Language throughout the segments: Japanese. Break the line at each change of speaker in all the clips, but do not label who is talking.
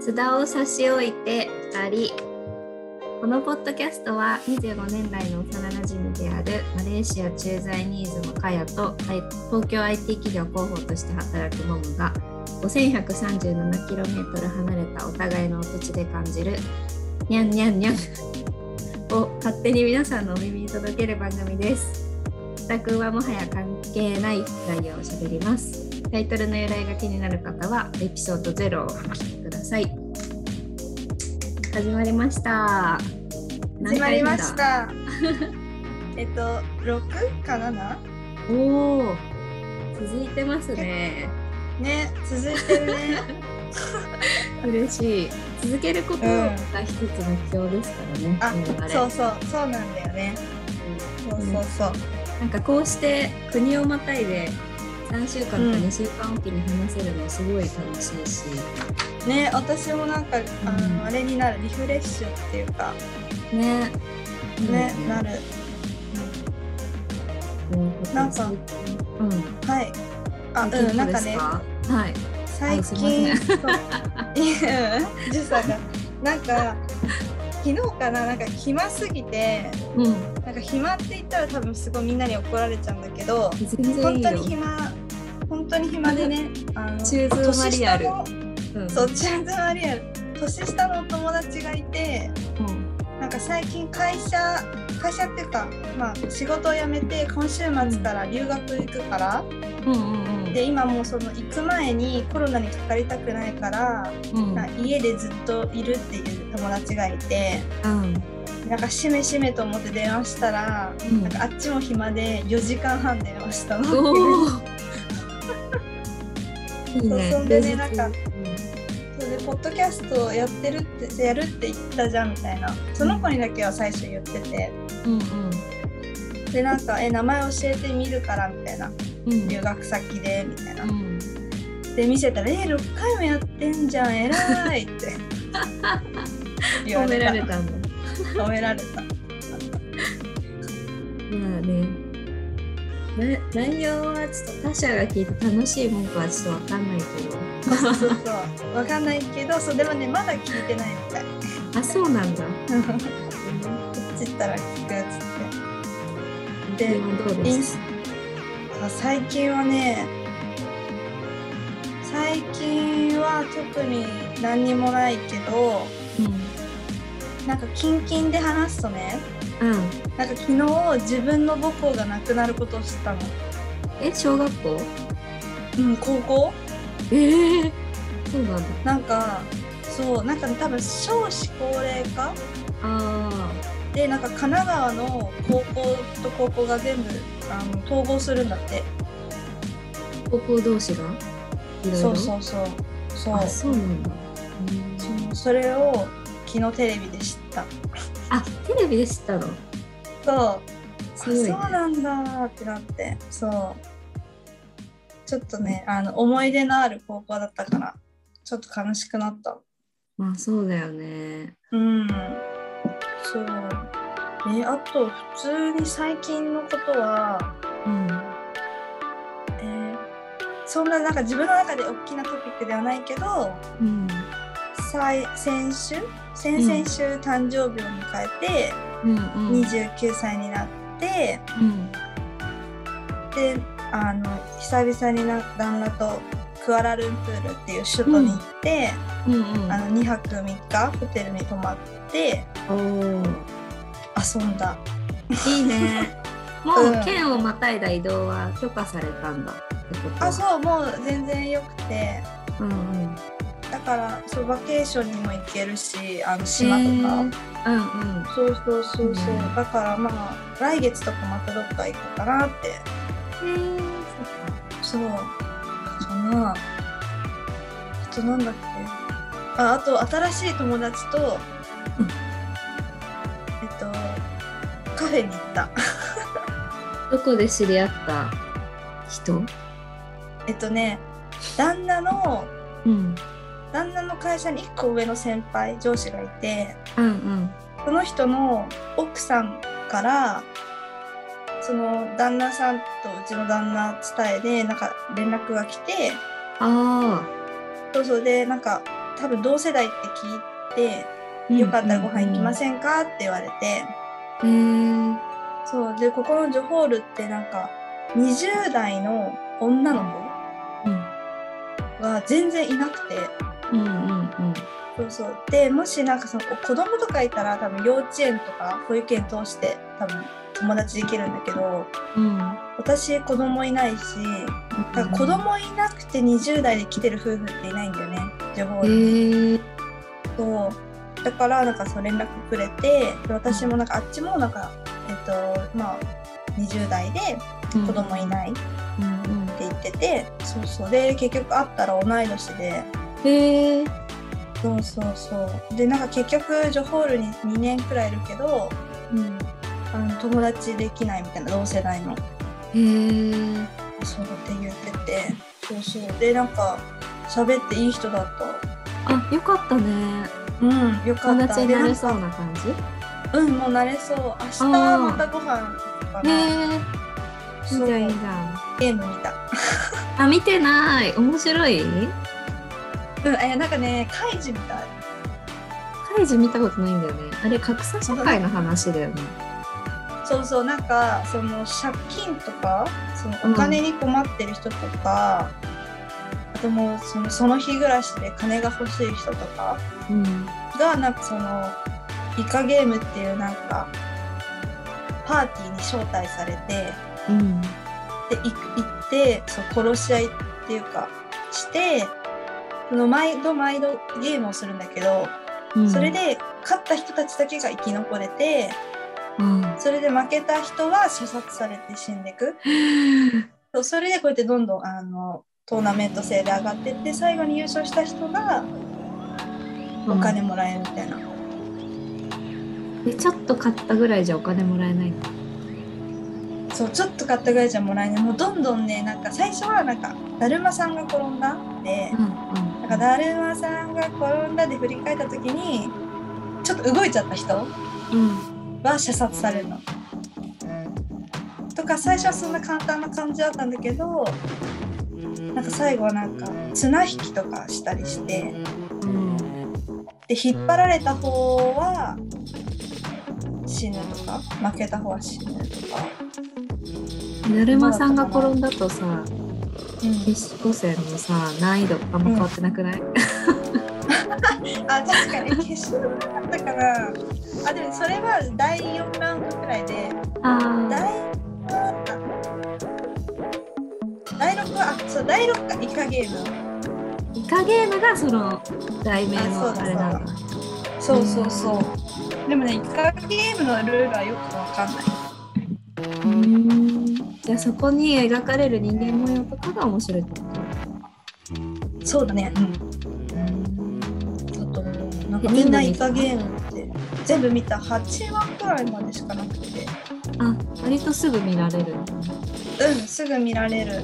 津田を差し置いて2人このポッドキャストは25年来の幼なじみであるマレーシア駐在ニーズのカヤと東京 IT 企業広報として働くモムが 5137km 離れたお互いのお土地で感じるにゃんにゃんにゃん を勝手に皆さんのお耳に届ける番組です。オタクはもはや関係ない内容をしゃべります。タイトルの由来が気になる方はエピソード0をお聞きください。始まりました。
始まりまし
何回
た。 えっと、六か七。
目だ。おお、続いてますね。
ね、続いてる ね。
嬉しい。続けることが一つ目標ですからね。
あ
我々、
そうそう、そうなんだよね。そうそうそう。
なんかこうして国をまたいで3週間か
うん
2週間おきに話せるのすごい楽しいし、
ね、私もなんか、あ
うん
の、あれになる、リフレッシュっていうか。
ね。
ね、
うん
なる。
なんか、うん、
はい。あ、うん、なんかね、
はい、
最近。そう いや、うんジュサが。なんか。昨日かな、なんか暇すぎて。
うん、
なんか暇って言ったら、多分すごいみんなに怒られちゃうんだけど。
全然い
本
い
当
よ。
に暇本当に暇 でねあの
チューズマリアル
年下の
うん、
そうチューズマリアル年下のお友達がいて
うん、
なんか最近会社会社っていうか、まあ、仕事を辞めて今週末から留学行くから、
うん、うん、うん、
で今もうその行く前にコロナにかかりたくないから、
うん、
なんか家でずっといるっていう友達がいて
うん、
なんかしめしめと思って電話したら、
うん
なんかあっちも暇で4時間半電話したの。
おーいいね。
そうそんでね
充実
なんかそれでポッドキャストをやってるってやるって言ったじゃんみたいなその子にだけは最初言ってて
うん、うん、
でなんか「え名前教えてみるから」みたいな
うん、うん、
留学先でみたいな
うん、
で見せたら「え6回もやってんじゃん偉い」って 言わ
褒め
れ
ら
た
れたんだ。
褒められた
まあね。な内容はちょっと他者が聞いて楽しい文句はちょっとわかんないけど。
そうそうそうわかんないけどそうでもねまだ聞いてないみたい
あ、そうなんだ。
こっち行ったら聞くっつって。
で、どう
イ
で
ン
す
スあ最近はね最近は特に何にもないけどなんかキンキンで話すとね
うん。うん。
なんか昨日自分の母校がなくなることを知ったの、
え、小学校
うん、高校
ええそうなんだ。
なんかそうなんか、ね、多分少子高齢化
あ
でなんか神奈川の高校と高校が全部あの統合するんだっ
あ、
て
高校同士がいろいろ
そうそうそうそう
あ、そうなんだ。うん
そうそれを昨日テレビで知った
あ、テレビで知ったの
そう
すごいね
あそうなんだーってなってそうちょっとねあの思い出のある高校だったからちょっと悲しくなった
まあそうだよね。
うんそうえあと普通に最近のことは、
うん。
えーそんななんか自分の中で大きなトピックではないけど
うん。
最先週先々週誕生日を迎えて、
うんうん。
29歳になって、
うん。
であの久々にな旦那とクアラルンプールっていう首都に行って、
うんうん。
あの2泊3日ホテルに泊まって
おー
遊んだ
いいね。もう、
うん
県をまたいだ移動は許可されたんだってこと
あそうもう全然よくて
う。うんうん。
だからそうバケーションにも行けるしあの島とか、
か。うんうん。
そうそうそうそう、
うん
だからまあ来月とかまたどっか行こうかなって
へえ。
そうかなあとなんだっけああと新しい友達と、
うん
えっとカフェに行った
どこで知り合った人？
えっとね旦那の
うん。
旦那の会社に1個上の先輩上司がいて
うんうん。
その人の奥さんからその旦那さんとうちの旦那伝えでなんか連絡が来て
ああ。
そうそうでなんか多分同世代って聞いて、よかったらご飯行きませんかって言われて、
へー
そうでここのジョホールってなんか20代の女の子が全然いなくて
うんうんうん
そうそうでもしなんかその子供とかいたら多分幼稚園とか保育園通して多分友達できるんだけど
うんうん
私子供いないしだから子供いなくて20代で来てる夫婦っていないんだよねジョホー
へ
ル。
ー
そうだからなんかそう連絡くれてで私もなんかあっちもなんかえっとまあ20代で子供いないって
うんうん
言ってて、そうそうで結局会ったら同い年で
へえ
そうそうそうでなんか結局ジョホールに2年くらいいるけど
うん
あの友達できないみたいな同世代の
へえ
そうって言っててそうそうでなんか喋っていい人だった
あよかったね
うんよか
友
った
達にな
で
れそうな感じ
うんもう慣れそう明日またご飯
へ
かな
えいい
そ
じ
う
ゃんいいじゃん
ゲーム見た
あ見てない面白い
うん、えなんかね、カイジみたい。
カイジ見たことないんだよねあれ格差社会の話だよね
そうそう、なんか、その借金とか、そのお金に困ってる人とか。あともう、その、その日暮らしで金が欲しい人とか。
うん
が、なんか、その。イカゲームっていう、なんか。パーティーに招待されて、
うん
で、い行って、そう、殺し合いっていうか。して。その毎度毎度ゲームをするんだけど、
うん
それで勝った人たちだけが生き残れて、
うん
それで負けた人は射殺されて死んでいくそうそれでこうやってどんどんあのトーナメント制で上がってって最後に優勝した人がお金もらえるみたいな、
でちょっと買ったぐらいじゃお金もらえないの
そうちょっと買ったぐらいじゃもらえないもうどんどんねなんか最初はなんかだるまさんが転んだで
うん
なんかだるまさんが転んだで振り返った時にちょっと動いちゃった人
うん
は射殺されるの。とか最初はそんな簡単な感じだったんだけどなんか最後はなんか綱引きとかしたりして
うん
で引っ張られた方は死ぬとか負けた方は死ぬとか、
うんだるまさんが転んだとさ
う
決勝戦のさ難易度あんま変わってなくない、
ん、あ確かに決勝だったからあでもそれは第4ラウンドくらいで
あ
第第6はあそう第6がイカゲーム
ーイカゲームがその題名のあれなんだ
あそうそうそうでもねイカゲームのルールはよくわかんない
うんじゃあそこに描かれる人間模様とかが面白いってこと
そうだねうんだと思うなんかみんなイカゲームって全部見た8話くらいまでしかなくて
あ割とすぐ見られる
うんすぐ見られる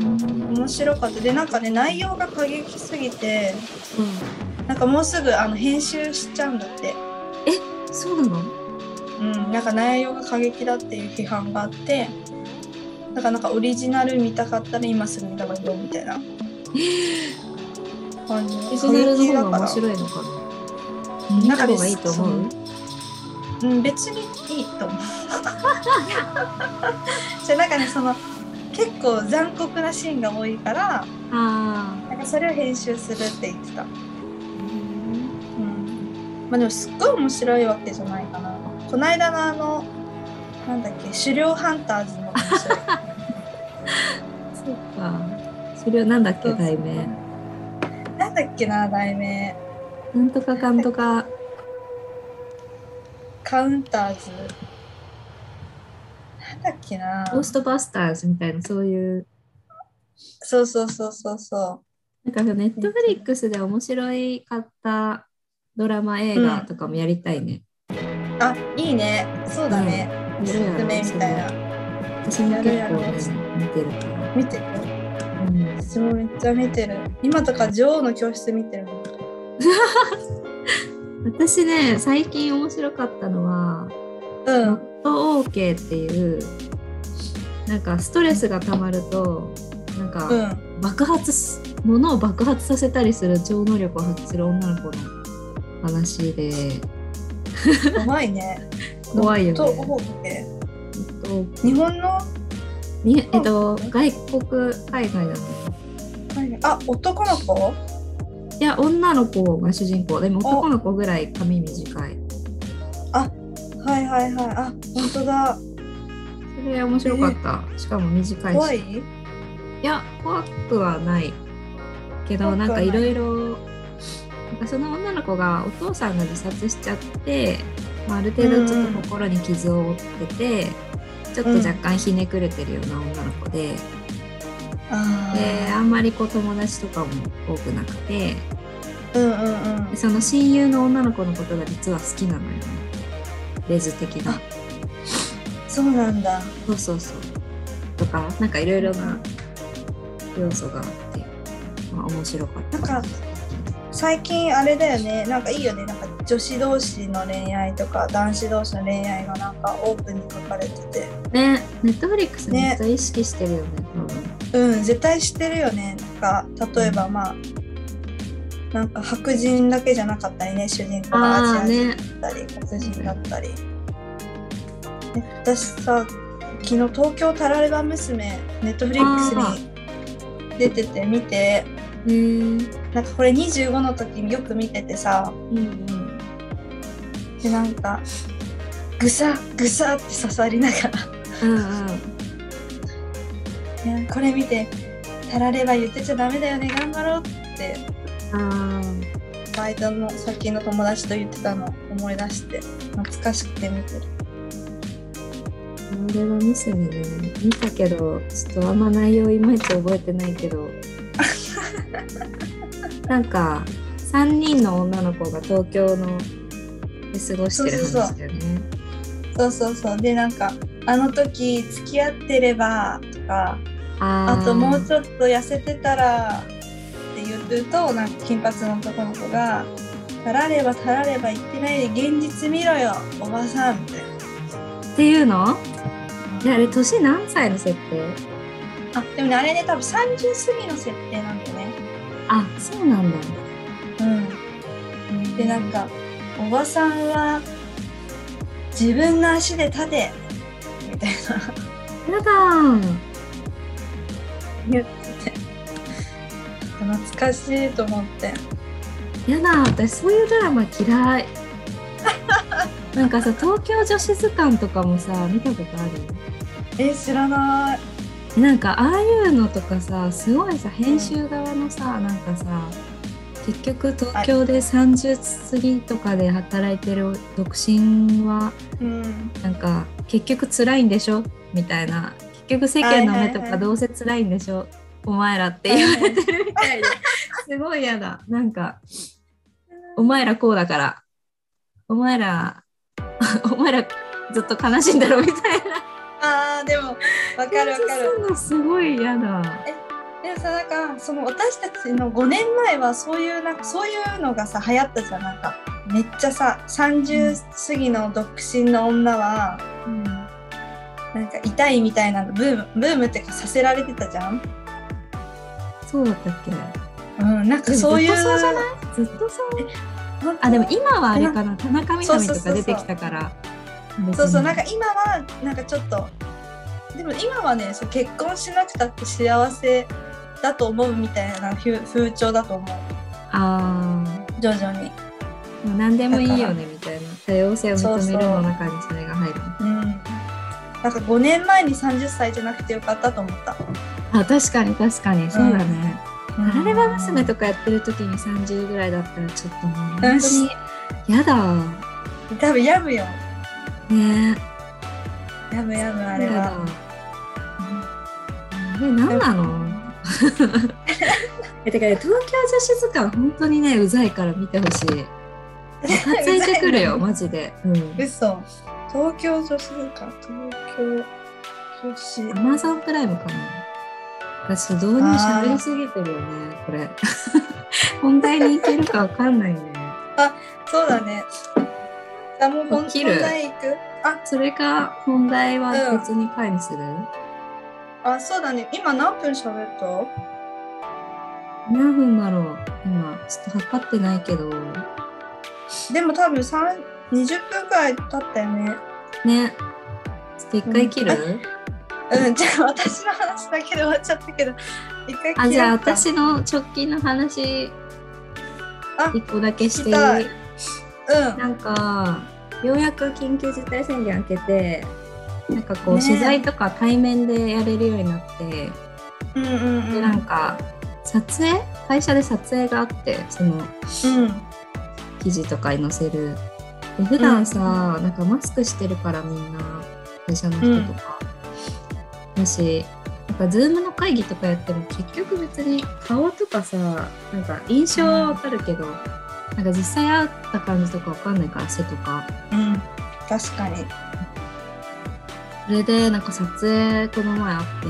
面白かったでなんかね内容が過激すぎて
う
なんかもうすぐあの編集しちゃうんだって
んそうなの
うんなんか内容が過激だっていう批判があってだからなんかオリジナル見たかったら今すぐ見た方がいいよみたい な感じ
オリジナルの方が面
過激
白いのかな見
激だから
た方がいいと思う
そううん別にいい と思うじゃあなんかねその結構残酷なシーンが多いから
あ
なんかそれを編集するって言ってた
あ
うんまあでもすっごい面白いわけじゃないかな。この間のあの、なんだっけ、狩猟ハンターズの面 白い。
そうかそれはなんだっけ題名
なんだっけな、題名。
なんとかかんとか
カウンターズ。なんだっけな。
ゴーストバスターズみたいなそういう
そうそうそうそうそ
なんかネットフリックスで面白いかったドラマ映画とかもやりたいね、
う。あ、いいね。そうだね。お
や
す
る
す
やろ
めみたいな。
私も結
やるやろ
構、ね、見てるから、
見てる。
うん、
私もめっちゃ見てる。今とか女王の教室見てるもん。
私ね最近面白かったのは
う
ノ
ん。
ット OK っていうなんかストレスがたまるとなんか
うん。
爆発す物を爆発させたりする超能力を発揮する女の子の話で
怖いね。
怖いよね
と思って
えっと
日本の
にえっと外国海外だね
あ男の子
いや女の子が主人公でも男の子ぐらい髪短い
はいはいはいあ本当だ
それ面白かった、しかも短いし
怖い
いや怖くはないけど
怖く
なん
は
か
ない
いろいろなんかその女の子がお父さんが自殺しちゃって、まあ、ある程度ちょっと心に傷を負ってて、ちょっと若干ひねくれてるような女の子で、
あ
であんまりこう友達とかも多くなくて
ーうんうんうん
でその親友の女の子のことが実は好きなのよねレズ的な
あそうなんだ
そうそうそうとかなんかいろいろな要素があって、まあ、面白かった
なんか最近あれだよねなんかいいよねなんか女子同士の恋愛とか男子同士の恋愛がなんかオープンに書かれてて
ね、ネットフリックス
ね
めっちゃ意識してるよね、多分。
うん絶対してるよねなんか例えばまあなんか白人だけじゃなかったりね主人公が
あ
ア
あ
ジア人
ね、
だったり黒人だったり、ね私さ昨日東京タラレバ娘ネットフリックスに出てて見て
へー
なんかこれ25の時によく見ててさ
うんうん。
でなんかぐさぐさって刺さりながら
うんうん。
いやこれ見てタラレバ言ってちゃダメだよね頑張ろうって
あ
バイトの先の友達と言ってたの思い出して懐かしくて見てる
あ、モデル娘ね、見たけど、ちょっとあんま内容いまいち覚えてないけ ど。なんか、三人の女の子が東京の。で過ごしてる話だよね。
そうそうそうでなんかあの時付き合ってればとか
あ
あともうちょっと痩せてたらって言うとなんか金髪の男の子が「たらればたられば言ってないで現実見ろよおばさん」みたい
ょっていうの。いや、
な。
あれ、年何歳の設定。
あでもねあれね多分30過ぎの設定なんだよね。
あ、そうなんだ。
うん、でなんか「おばさんは自分の足で立て」みたいな
やだー。
言ってて懐かしいと思って。
やだ私そういうドラマ嫌い なんかさ東京女子図鑑とかもさ見たことある
え知らない。
なんかああいうのとかさすごいさ編集側のさなんかさ結局東京で30過ぎとかで働いてる独身は
うん
なんか結局辛いんでしょみたいな結局世間の目と
はいはいは
か
い
どうせ辛いんでしょ、お前らって言われてるみたいな すごい嫌だなんかお前らこうだから。お前ら、 お前らずっと悲しいんだろみたいな。
あーでもわかるわかる。
感じするのすごい嫌だ。
でもさなんかその私たちの5年前はそういうなんかそういうのがさ流行ったじゃんなんかめっちゃさ30過ぎの独身の女はなんか痛いみたいなブームブームっていうかさせられてたじゃん。
そうだったっけ
うんなんかそうい
ず
う。
っとそうじゃないずっとそう。
本当
あ、でも今はあれかな。田中みな実とか出てきたから。
そうそうなん
か。
か今はなんかちょっとでも今はねそう結婚しなくたって幸せだと思うみたいな風風潮だと思う
あ
徐々に。
あ、もう何でもいいよねみたいな。多様性を認めるの中にそれが入る。
うんなんか5年前に30歳じゃなくてよかったと思った。
あ、確かに確かに。そうだね。
な
あられば娘とかやってる時に30ぐらいだったらちょっともう本当
うん
に嫌だ。
多分やむよ。
ねえ。
やむやむあれは。
あれ何なの えてかね東京女子図鑑本当にねうざいから見てほしいムカついてくるよ
うざい
マジで、 うん
な。嘘。東京女子か東京女
ア
子。
マゾンプライムかな私導入喋りすぎてるよねこれ 本題にいけるかわかんないね
そうだね。じゃあもう本
起きる
本題行くあ
それか本題は別に回にする、
あそうだね。今何分喋った？
何分だろう今ちょっと測ってないけど
でも多分3 20分くらい経ったよね。
ねちょっと一回切る、
うん、じゃあ私の話だけで終わっちゃったけど、一回
あじゃあ
切ろうか
私の直近の話
あ
一個だけしていい
したいうん。
なんかようやく緊急事態宣言明けてなんかこう、
ね
取材とか対面でやれるようになって
うんうんうん。
でなんか撮影会社で撮影があってその
うん。
記事とかに載せるで普段さ、なんかマスクしてるからみんな会社の人とか、だしなんかズームの会議とかやっても結局別に顔とかさなんか印象はわかるけど、なんか実際会った感じとかわかんないから背とか。
うん。確かに。
それでなんか撮影この前あって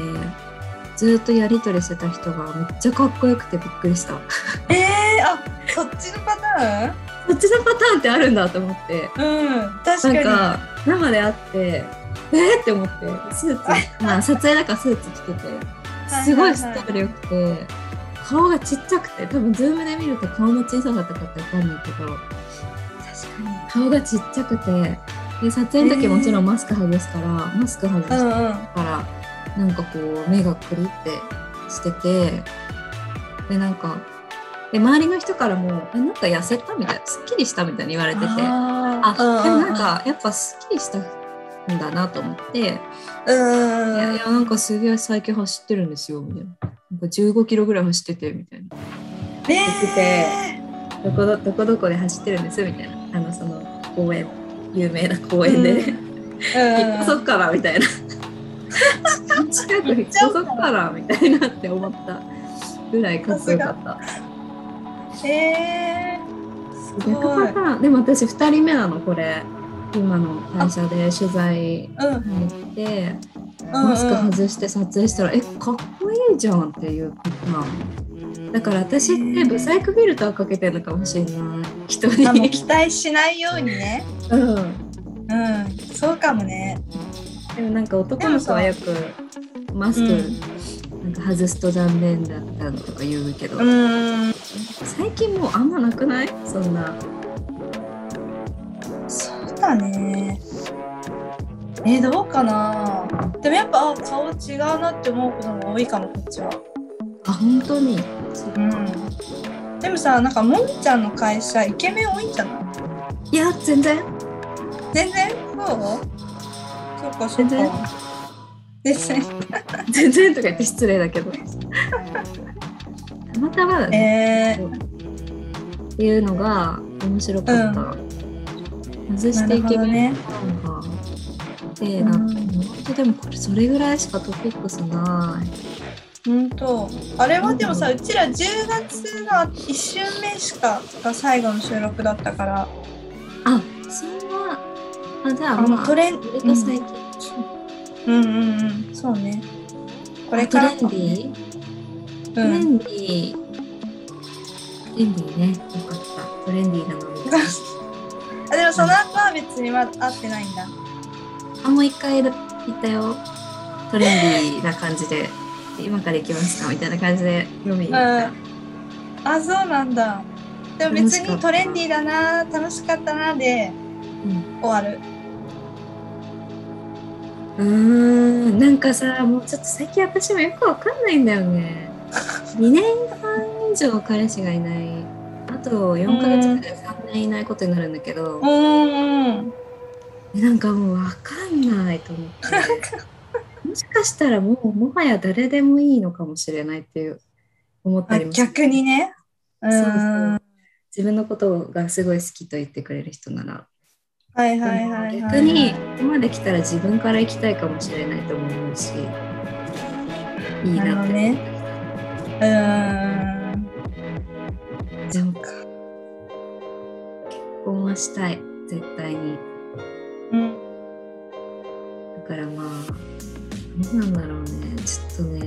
ずーっとやり取りしてた人がめっちゃかっこよくてびっくりした こ
ええあ、そっちのパタ
っちのパターンってあるんだと思って
ーンうん。確か
な
に。
んか生で会ってえー、って思ってスーツまあ撮影だからスーツ着ててすごいスタイル良くて顔がちっちゃくて多分ズームで見ると顔の小ささとかってわかんないけど
確かに。
顔がちっちゃくてで撮影の時もちろんマスク外すから、マスク外して
うんうん。
からなんかこう目がクリってしててでなんかで周りの人からも「えなんか痩せた?」みたいな「すっきりした?」みたいに言われててあ
うん
でもなん、かやっぱすっきりしたんだなと思って「い
うんうん
やいやなんかすげえ最近走ってるんですよ」みたいな。なんか15キロぐらい走っててみたいな
え
「どこどどこどこで走ってるんです」みたいなあのその公園有名な公
ー
園で、
うん
引っ越そうっかなみたいな近く引っ越そうかなみたいなって思ったぐらいかっこよかった
んえー、す
逆
ごい
パタ。ーンでも私2人目なのこれ今の会社で取材
うん、
入って
うん、う
マスク
ん。
外して撮影したら、えかっこいいじゃんっていうパターンだから私ってブサイクフィルターかけてるのかもしれない人
あもう
に、
期待しないようにね。
うん、
うん、そうかもね。
でもなんか男の子はよくマスク、なんか外すと残念だったのとか言うけど、
うん、
最近もうあんまなくないそんな
そうだね。えどうかな。でもやっぱあ顔違うなって思うことも多いかもこっちは。
あ本当に
うん。でもさなんかもみちゃんの会社イケメン多いんじゃない？
いや全然
全然そう。そっかそ
全
っ
然
か。全
全
然。
然とか言って失礼だけど たまたまだね、
え
っていうのが面白かった、外
ー、な
して
る
い
ほ
け
ど
るの
ね。
がでなんか
うん
本当でもこれそれぐらいしかトピックスない
本当あれはでもさうちら10月の1週目しかが最後の収録だったから
あそんなあじゃあ
あの
まあ
トレン
これが最近、
うんうんうんそうねこれから
あトレンディー
う
トレ
ん
ンディー、トレンディーね、よかった。トレンディーなの に。
あでもその後は別にまだ会ってないんだ
あ、もう一回いる行ったよ。トレンディーな感じで、今から行きましたみたいな感じで飲みに行った。
あそうなんだでも別にトレンディーだな楽しかったなで
うん
終わる
うーん、なんかさ、もうちょっと最近私もよくわかんないんだよ ね。2年半以上彼氏がいない。あと4ヶ月ぐらい3年いないことになるんだけど、
うんうん
なんかもうわかんないと 思って。もしかしたらもうもはや誰でもいいのかもしれないっていう思った
あ
りもして
逆にねう
そうそうん自分のことがすごい好きと言ってくれる人なら、
はいはいはいはい
逆にここまで来たら自分から行きたいかもしれないとも思うしいい
なる
な
ほ
っ
ど
て、
ねうん
でも結婚はしたい絶対に
うん
だからまあどうなんだろうねちょっとね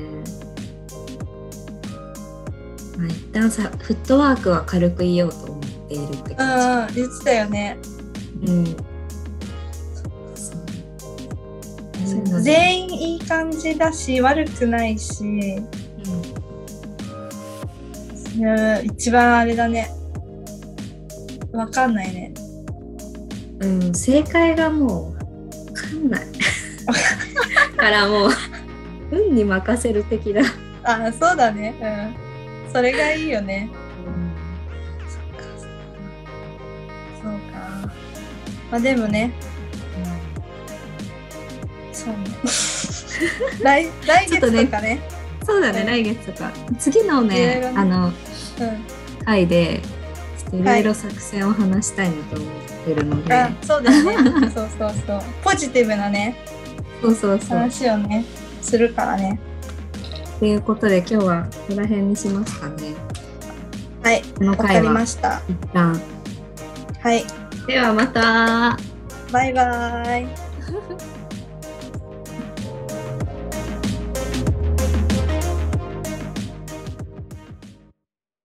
まあ一旦さフットワークは軽くいようと思っているって
う
感じ
んうん言ってたよね
うん。そうそういうので
全員いい感じだし悪くないしうん一番あれだね。わかんないね。
うん、正解がもう分かん ないからもう運に任せる的な、
ああ、そうだね。うん。それがいいよね。そっか。そうか。まあでもね、そうね。 来来
ちょっと
月
ね
とかね。
そうだね、
うん
来月とか次のね
いろいろね
あの
う
回でちょっといろいろ作戦を話したいなと思ってるの
ん。
で、
あ、そうだね。そうそうそう。ポジティブなね、
そうそうそう、っ
話をね、するからね。
ていうことで今日はここら辺にしますかね
はい。
この
わか
回
りま
は
した。
一旦
はい。
ではまた
バイバーイ。